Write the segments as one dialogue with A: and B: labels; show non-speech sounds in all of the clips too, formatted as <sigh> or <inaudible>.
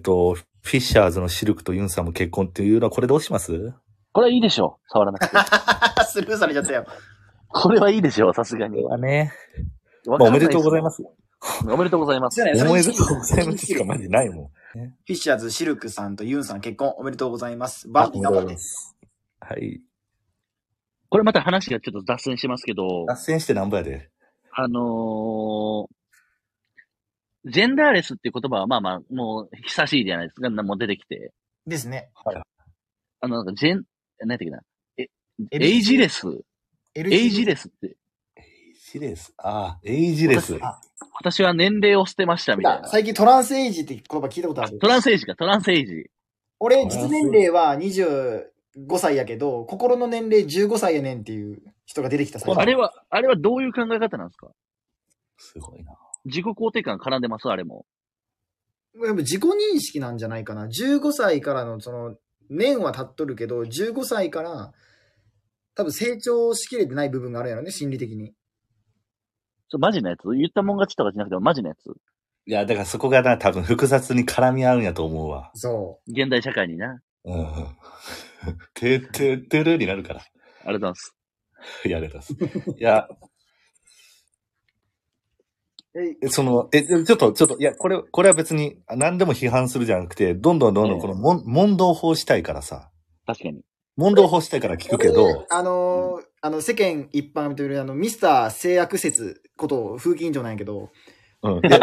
A: と、フィッシャーズのシルクとユンさんも結婚っていうのは、これどうします
B: これはいいでしょう。触らな
A: <laughs>
B: くて。
C: <laughs> スルーされちゃったよ。
B: これはいいでしょう、さすがに。
A: はね。まあ、おめでとうございます。
B: す。おめでとうございます。
C: じゃあね
A: お
C: それ
A: めでとうございますしかマジないもん。
C: フィッシャーズ、シルクさんとユンさん結婚おめでとうございます。バーティー頑張って。
A: はい。
B: これまた話がちょっと脱線しますけど、
A: 脱線してなんぼやで。
B: あのー、ジェンダーレスっていう言葉はまあまあ、もう久しいじゃないですか。もう出てきて。
C: ですね。
B: あの、なんかジェン、なんていうかな。
C: エ
B: エイジレス。エイジレ
C: ス。
B: スって。
A: エイジレス。ああ、エイジレス。
C: あ
B: 私は年齢を捨てましたみたいな。
C: 最近トランスエイジって言葉聞いたことある。
B: トランスエイジか、トランスエイジ。
C: 俺、実年齢は25歳やけど、心の年齢15歳やねんっていう人が出てきた最
A: そう
B: あ
A: な
B: れは、あれはどういう考え方なんですか
A: すごいな。
B: 自己肯定感絡んでますあれも。
C: でも自己認識なんじゃないかな。15歳からの、その、年は経っとるけど、15歳から、多分成長しきれてない部分があるやろね、心理的に。
B: それマジなやつ言ったもん勝ちとかじゃなくてマジなやつ
A: いや、だからそこがな、多分複雑に絡み合うんやと思うわ。
C: そ
B: 現代社会にな。
A: うんうん。て、て、てるになるから。
B: ありがとうございます。
A: いやありがとうございます。いや、
C: う。え、
A: えその、え、ちょちょっと、ちょっと、いや、これ、これは別に、あ何でも批判するじゃなくて、どんどんどんどんこの、もん、問答法したいからさ。
B: 確かに。
A: 問答法したいから聞くけど、
C: あのーあの、世間一般というあの、ミスター性悪説こと、風紀委員長なんやけど、
A: うん。いや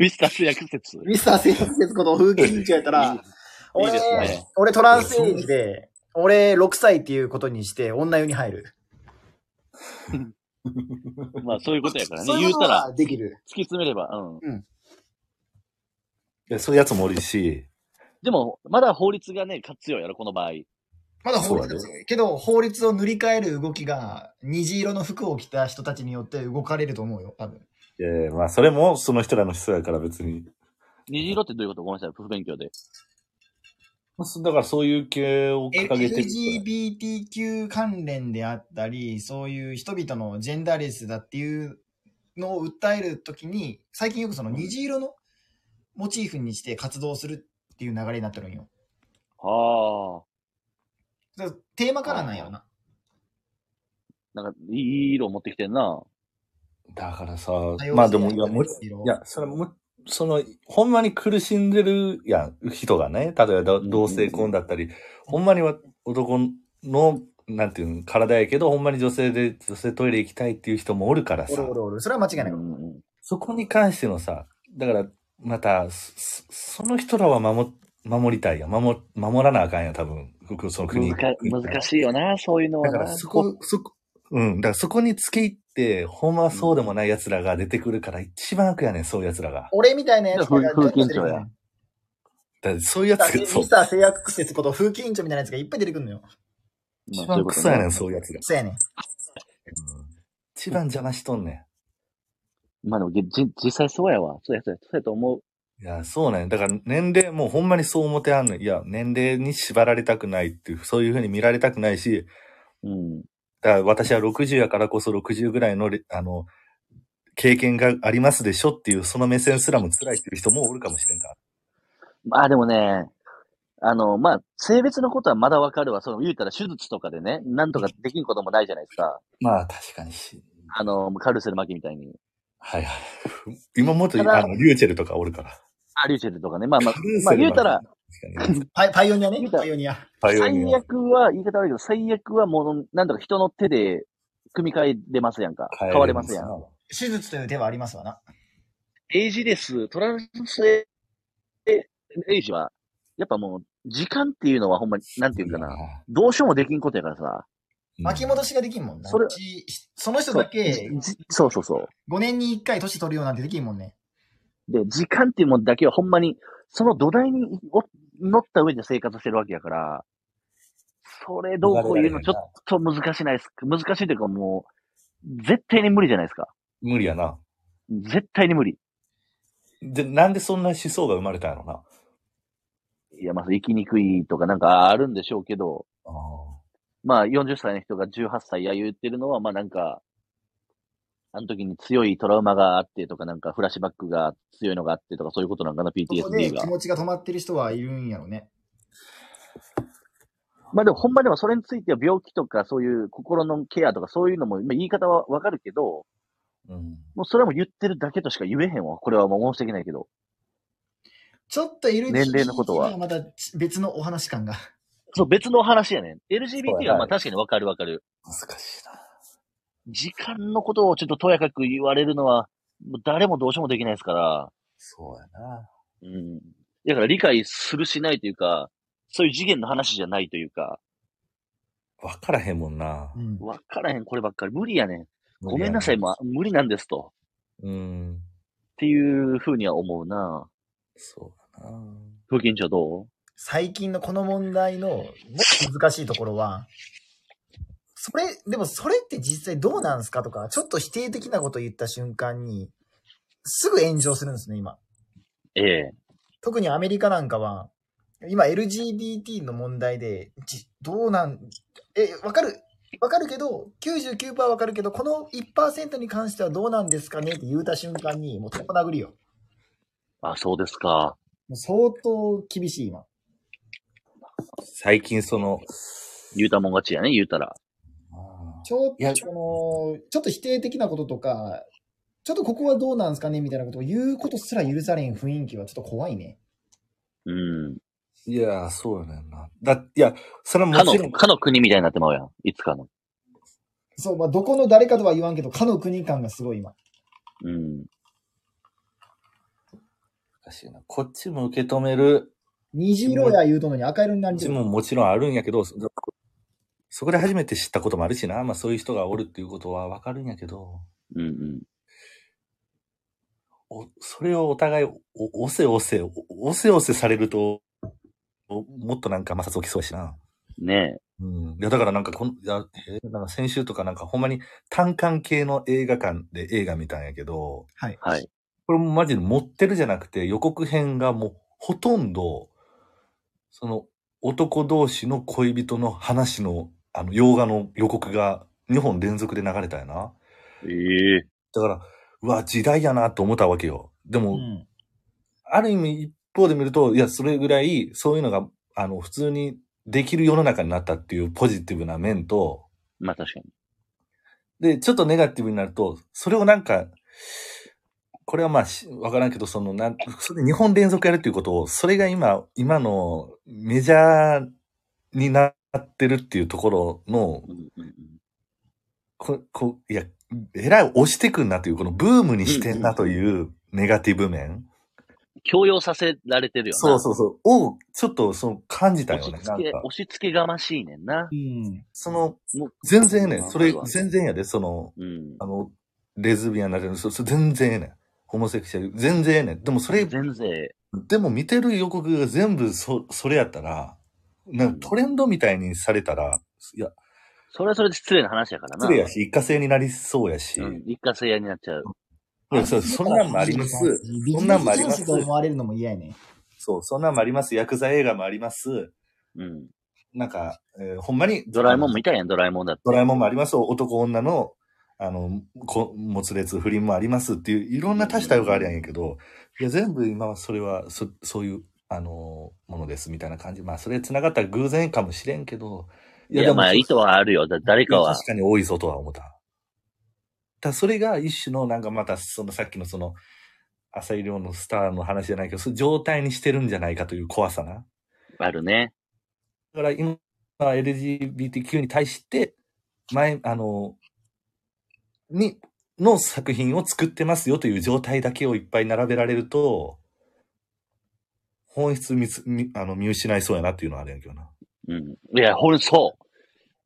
B: ミスタース薬説。
C: <laughs> ミスター性悪説こと、風紀委員長やったら、
B: いい
C: 俺、
B: ですね。
C: 俺トランスエイジで、俺6歳っていうことにして、女湯に入る。
B: まあそういうことやからね。
C: そうい
B: 言う
C: こと
B: た
C: は
B: ら、
C: できる。
B: 突き詰めれば。うん。
A: いやそういうやつもおるし、
B: でも、まだ法律がね、活用やろ、この場合。
C: まだ
A: 法律
C: ですけど、法律を塗り替える動きが、虹色の服を着た人たちによって動かれると思うよ、多分。
A: えまあ、それもその人らの人やから別に。
B: 虹色ってどういうことごめんなさい、不勉強で。
A: まあそだからそういう系を掲げてる。
C: LGBTQ 関連であったり、そういう人々のジェンダーレスだっていうのを訴えるときに、最近よくその虹色のモチーフにして活動するっていう流れになってるんよ。
B: はあ。
C: だからテーマカラーなんやろな。
B: なんか、いい色持ってきてんな。
A: だからさ、まあでも、いや、もうい
C: い
A: や、それも、その、ほんまに苦しんでるやん、人がね、例えばど同性婚だったり、ほんまには男の、なんていうん、体やけど、ほんまに女性で、女性トイレ行きたいっていう人もおるから
C: お
A: さ、
C: るおるおる。それは間違いない。
B: うんうん
A: そこに関してのさ、だから、また、そその人らは守、守りたいやん、守、守らなあかんやん、多分、僕その国。
B: 難難しいよな、そういうのは
A: だ
B: な。
A: からそこ、そこ、うん。だからそこに付け入って、ほんまはそうでもない奴らが出てくるから、一番悪やねん、そういう奴らが。
C: 俺みたいなやつが
B: いや風風紀委員長や
A: だからそういう奴
C: ミ
A: が、そう
C: ス。ター制約屈折こと風紀委員長みたいなやつがいっぱい出てくるのよ。
A: 一
B: まあそういう
A: 番
B: こ
A: ク
B: と
A: ソやねん、そういう奴が。
C: そうやねん。
A: うん一番邪魔しとんね
B: まあでも、じじ実際そうやわ。そうや、そうや、そうやと思う。
A: ん。いや、そうねん。だから年齢、もうほんまにそう思ってはんねん。いや、年齢に縛られたくないっていう、そういうふうに見られたくないし、
B: うん。
A: だから私は60やからこそ60ぐらいのれ、あの、経験がありますでしょっていう、その目線すらも辛いっていう人もおるかもしれんから。
B: まあでもね、あの、まあ、性別のことはまだわかるわ。その、言うたら手術とかでね、なんとかできんこともないじゃないですか。
A: まあ、確かにし。
B: あの、カルセル巻きみたいに。
A: はいはい。 <laughs> 今もっと、
B: ただ
A: あの、リューチェルとかおるから。
B: アリューチェルとかね。まあまあ
A: カルーセル、
B: まあ
A: 巻き
B: 言うたら、
A: 確かに。
C: パイパイオニアね
B: 見。た
C: パイオニア。
A: パイオニ
B: 最
A: ア。
B: 悪は、言い方悪いけど、最悪はもう、なんとか人の手で、組み替えれますやんか。変われますやん。
C: 手術という手はありますわな。
B: エイジレス、トランスエエイジは、やっぱもう、時間っていうのはほんまに、なんていうんかな。どうしようもできんことやからさ。
A: うん。
C: 巻き戻しができんもんな。
B: それ
C: ちその人だけ
B: じそうそうそう。
C: 5年に1回年取るようなんてできんもんね。
B: で、時間っていうもんだけはほんまに、その土台にお乗った上で生活してるわけやから、それどうこう言うのちょっと難しいないです。難しいというかもう、絶対に無理じゃないですか。
A: 無理やな。
B: 絶対に無理。
A: で、なんでそんな思想が生まれたんやろな。
B: いや、まあ、生きにくいとかなんかあるんでしょうけど、
A: ああ。
B: まあ、40歳の人が18歳や言ってるのは、まあなんか、あの時に強いトラウマがあってとか、なんかフラッシュバックが強いのがあってとか、そういうことなんかな、
C: そこで
B: PTSD が
C: 気。持ちが止まってる人はいるんやろね。
B: まあでも、ほんまでもそれについては病気とか、そういう心のケアとか、そういうのも、まあ、言い方はわかるけど、
A: うん。
B: もうそれはもう言ってるだけとしか言えへんわ。これはもう申し訳ないけど。
C: ちょっと LGBT
B: 年齢のことは
C: にまた別のお話感が。
B: そう、別のお話やねん。
A: そう
B: LGBT
A: やな
B: はまあ確かにわかるわかる。
A: 難しいな。
B: 時間のことをちょっととやかく言われるのは、もう誰もどうしようもできないですから。
A: そうやな。
B: うん。だから理解するしないというか、そういう次元の話じゃないというか、
A: わからへんもんな
C: う。ん
B: わからへんこればっかり。無理やねん。ごめんなさい、まあ、無理なんですと。
A: うん。
B: っていうふうには思うな。
A: そうやな。
B: 風景長どう
C: 最近のこの問題のもっと難しいところは、それ、でもそれって実際どうなんすかとか、ちょっと否定的なこと言った瞬間に、すぐ炎上するんですね、今。
B: ええ。
C: 特にアメリカなんかは、今 LGBT の問題で、じどうなん、え、わかるわかるけど、99%わかるけど、この1%に関してはどうなんですかねって言うた瞬間に、もうトコ殴りよ。
B: あ、そうですか。
C: もう相当厳しい今。
A: 最近その、
B: 言うたもん勝ちやね、言うたら。
C: ちょ
A: いや
C: っと、この、ちょっと否定的なこととか、ちょっとここはどうなんですかねみたいなことを言うことすら許されん雰囲気はちょっと怖いね。
B: うん。
A: いや、そうやねんな。だ、いや、それは
B: か
A: もちろ
B: の、
A: ん、
B: かの国みたいになってまうやん。いつかの。
C: そう、まあ、どこの誰かとは言わんけど、かの国感がすごい今。
B: うん。
A: 難しいなこっちも受け止める、
C: 虹色や言うとのに赤色にな
A: こ
C: り
A: っち
C: てる
A: ももちろんあるんやけど、そそこで初めて知ったこともあるしな。まあそういう人がおるっていうことはわかるんやけど、
B: うんうん。
A: おそれをお互いお、おせおせ、おおせおせされると、おもっとなんか摩擦起きそうやしな。
B: ねえ。
A: うん。いや、だからなんかこの、いや、えーなんか先週とかなんかほんまに単館系の映画館で映画見たんやけど、
C: はい。
B: はい。
A: これもマジで持ってるじゃなくて予告編がもうほとんど、その男同士の恋人の話の、あの、洋画の予告が2本連続で流れたよな。
B: ええ
A: だから、うわ、時代やなと思ったわけよ。でも、
C: うん
A: ある意味一方で見ると、いや、それぐらいそういうのが、あの、普通にできる世の中になったっていうポジティブな面と、
B: まあ確かに。
A: で、ちょっとネガティブになると、それをなんか、これはまあし、わからんけど、その、なん、それ日本連続やるっていうことを、それが今、今のメジャーになってるっていうところの、
B: うんうんうん。
A: こ、こ、いや、えらい押してくんなという、このブームにしてんなというネガティブ面。
B: 強要させられてるよな。
A: そうそうそう。を、ちょっと、その、感じたよ
B: 押し
A: ね。
B: 付
A: なん
B: け、
A: か、
B: 押し付けがましいねんな。
C: うん。
A: その、
B: もう
A: 全然ええね
B: うん
A: ん。それ、全然やで、その、
B: うん。
A: あの、レズビアンなれる、そそ全然ええねん。ホモセクシャル、全然ええねん。でもそれ、
B: 全然、
A: でも見てる予告が全部そ、それやったら、なんかトレンドみたいにされたら、いや、
B: それはそれで失礼な話やからな。
A: 失礼やし、一過性になりそうやし、
B: うん。一過性やになっちゃう。
A: いやそうそんなんもあります。
C: そ
A: そんなんもあります
C: と思われるのも嫌やね。
A: そう、そんなんもあります。ヤクザ映画もあります。
B: うん。
A: なんか、えーほんまに、
B: ドラえもん
A: も
B: みたいやん、ドラえもんだって。
A: ドラえもんもあります。男女の、あの、こもつれつ不倫もありますっていう、いろんな多種多様があるやんやけど、いや、全部今はそれは、そ、そういう、あの、ものですみたいな感じ。まあ、それ繋がったら偶然かもしれんけど、
B: いや、まあ、意図はあるよ。だ誰かは。
A: 確かに多いぞとは思った。だからそれが一種のなんかまたそのさっきのその浅井亮のスターの話じゃないけど、そういう状態にしてるんじゃないかという怖さな。
B: あるね。
A: だから今 LGBTQ に対して、前、あの、に、の作品を作ってますよという状態だけをいっぱい並べられると、本質見つ見あの見失いそうやなっていうのはあるやんけどな。
B: うん。いや、ほん、そう。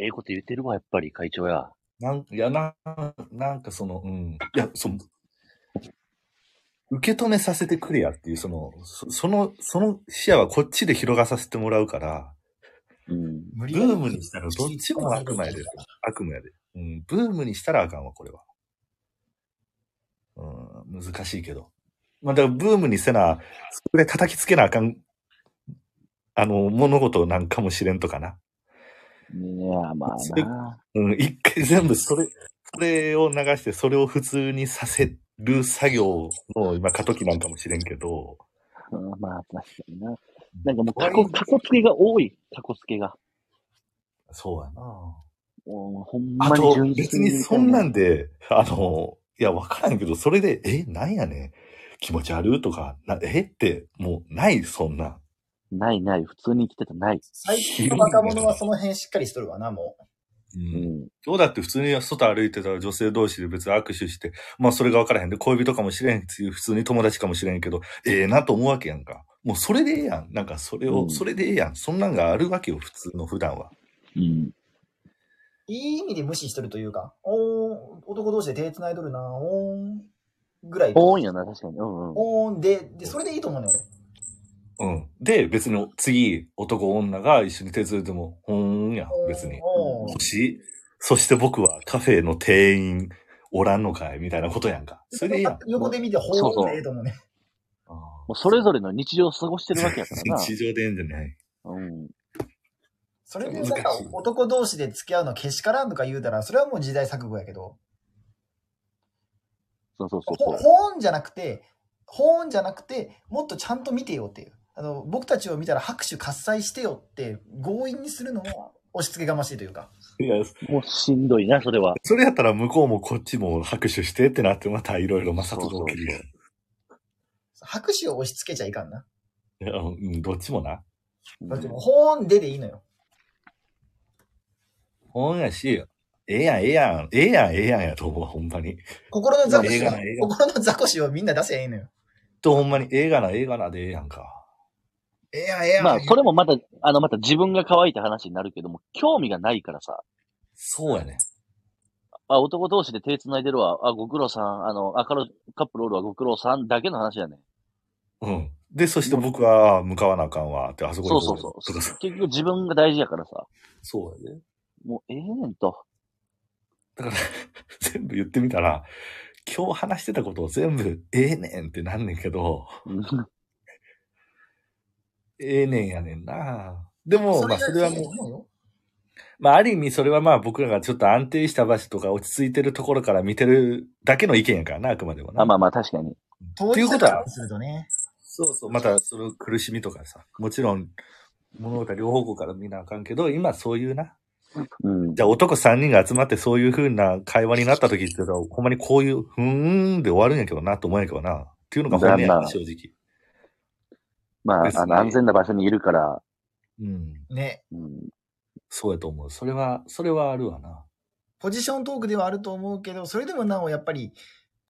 B: ええこと言ってるわ、やっぱり、会長や。
A: なんいやな、なんかその、うん。いや、その、受け止めさせてくれやっていう、その、そその、その視野はこっちで広がさせてもらうから、
B: うん。
A: ブ
C: ブ
A: ームにしたらどっちも悪魔やで。悪夢やで。うん、ブームにしたらあかんわ、これは。うん、難しいけど。まあ、だからブームにせな、そこで叩きつけなあかん、あの、物事なんかもしれんとかな。
B: いや、まあ
A: それ
B: な。
A: うん、一回全部それ、それを流して、それを普通にさせる作業の今、過渡期なんかもしれんけど、
B: うんまあ、確かにな。なんかもう、タコ、タコつけが多い。タコつけが。
A: そうやな。
B: もうほん
A: あ
B: まに
A: と、
B: 純
A: 別
B: 粋
A: にそんな
B: み
A: んで、あの、いや、わからんけど、それで、え、なんやねん気持ち悪いとか、なえって、もう、ない、そんなん。
B: たいなないない。普通に生きてたない。
C: 最近の若者はその辺しっかりしとるわな、もう。
A: う。
B: うんん。
A: 今日だって普通に外歩いてたら女性同士で別に握手して、まあそれがわからへんで、恋人かもしれんし、普通に友達かもしれんけど、ええなと思うわけやんか。もうそれでええやん。なんかそれを、
B: うん
A: それでええやん。そんなんがあるわけよ、普通の普段は。
B: うん。
C: いい意味で無視してるというか、おーん、男同士で手繋いどるな、おーん、ぐらい。
B: 多いよな、確かに。うんうん。
C: おーんで、で、それでいいと思うね、俺。
A: うん。で、別に次、男女が一緒に手伝っても、ほーんやん、別に。
C: おーん
A: そし、そして僕はカフェの店員おらんのかいみたいなことやんか。それ <laughs> でええやん。
C: 横で見て、ほ
B: そうそう
C: ーんでええと思うね。
B: もうそれぞれの日常を過ごしてるわけやから <laughs> な。
A: 日常でええんじゃない。
B: うん。
C: それで
A: 難
C: なんか
A: しい
C: 男同士で付き合うのけしからんとか言うたら、それはもう時代錯誤やけど、
B: そうそうそ
C: ほ
B: うそう。
C: ほーんじゃなくて、ほーんじゃなくて、もっとちゃんと見てよっていう。あの、僕たちを見たら拍手喝采してよって強引にするのは押し付けがましいというか。
A: いや、
B: もうしんどいな、それは。
A: それやったら向こうもこっちも拍手してってなってまたいろいろ摩擦が起きるやん
B: そ
C: 拍手を押し付けちゃいかんな。
A: いやうん、どっちもな。
C: だってもうほーんででいいのよ。
A: ほんやし、ええやん、ええやん、ええやん、ええやんやと思う、ほんまに。
C: 心のザコシ
A: 映画な映画
C: 心のザコシをみんな出せばいいのよ。
A: と、ほんまに、映画な、映画なでええやんか。
C: ええやんええやん。
B: まあ、それもまた、あの、また自分が乾いた話になるけども、興味がないからさ、
A: そうやね。
B: あ、男同士で手繋いでるわ、あ、ご苦労さん、あの、赤のカップロールはご苦労さんだけの話やね。
A: うん。で、そして僕は、ああ向かわなあかんわ、って、あそこ
B: そ
A: に
B: うそう
A: こと
B: そう
A: かさ
B: う。結局自分が大事やからさ、
A: そうやね。
B: もうええねんと。
A: だから、全部言ってみたら、今日話してたことを全部、ええねんってなんねんけど、
B: うん
A: ええねんやねんな。でも、まあ、それはもう、
C: うよ。
A: まあ、ある意味、それはまあ、僕らがちょっと安定した場所とか落ち着いてるところから見てるだけの意見やからな、あくまでもな。
B: あまあまあ、確かに。
C: 当
A: ってい
C: 事
A: うこ
C: 者
A: と
C: か
A: は
C: らするとね。
A: そうそう。また、その苦しみとかさ、もちろん、物事は両方向から見なあかんけど、今そういうな。
B: うん。
A: じゃあ、男3人が集まってそういう風な会話になった時っていうのは、ほんまにこういう、ふーんで終わるんやけどな、と思うんやけどな。っていうのが本音や
B: まあま
A: ね、
B: あ
A: 正直。
B: ま
A: 別
B: あ、
A: に
B: あの、安全な場所にいるから、
A: うん。
C: ね。
B: うん。
A: そうやと思う。それは、それはあるわな。
C: ポジショントークではあると思うけど、それでもなおやっぱり、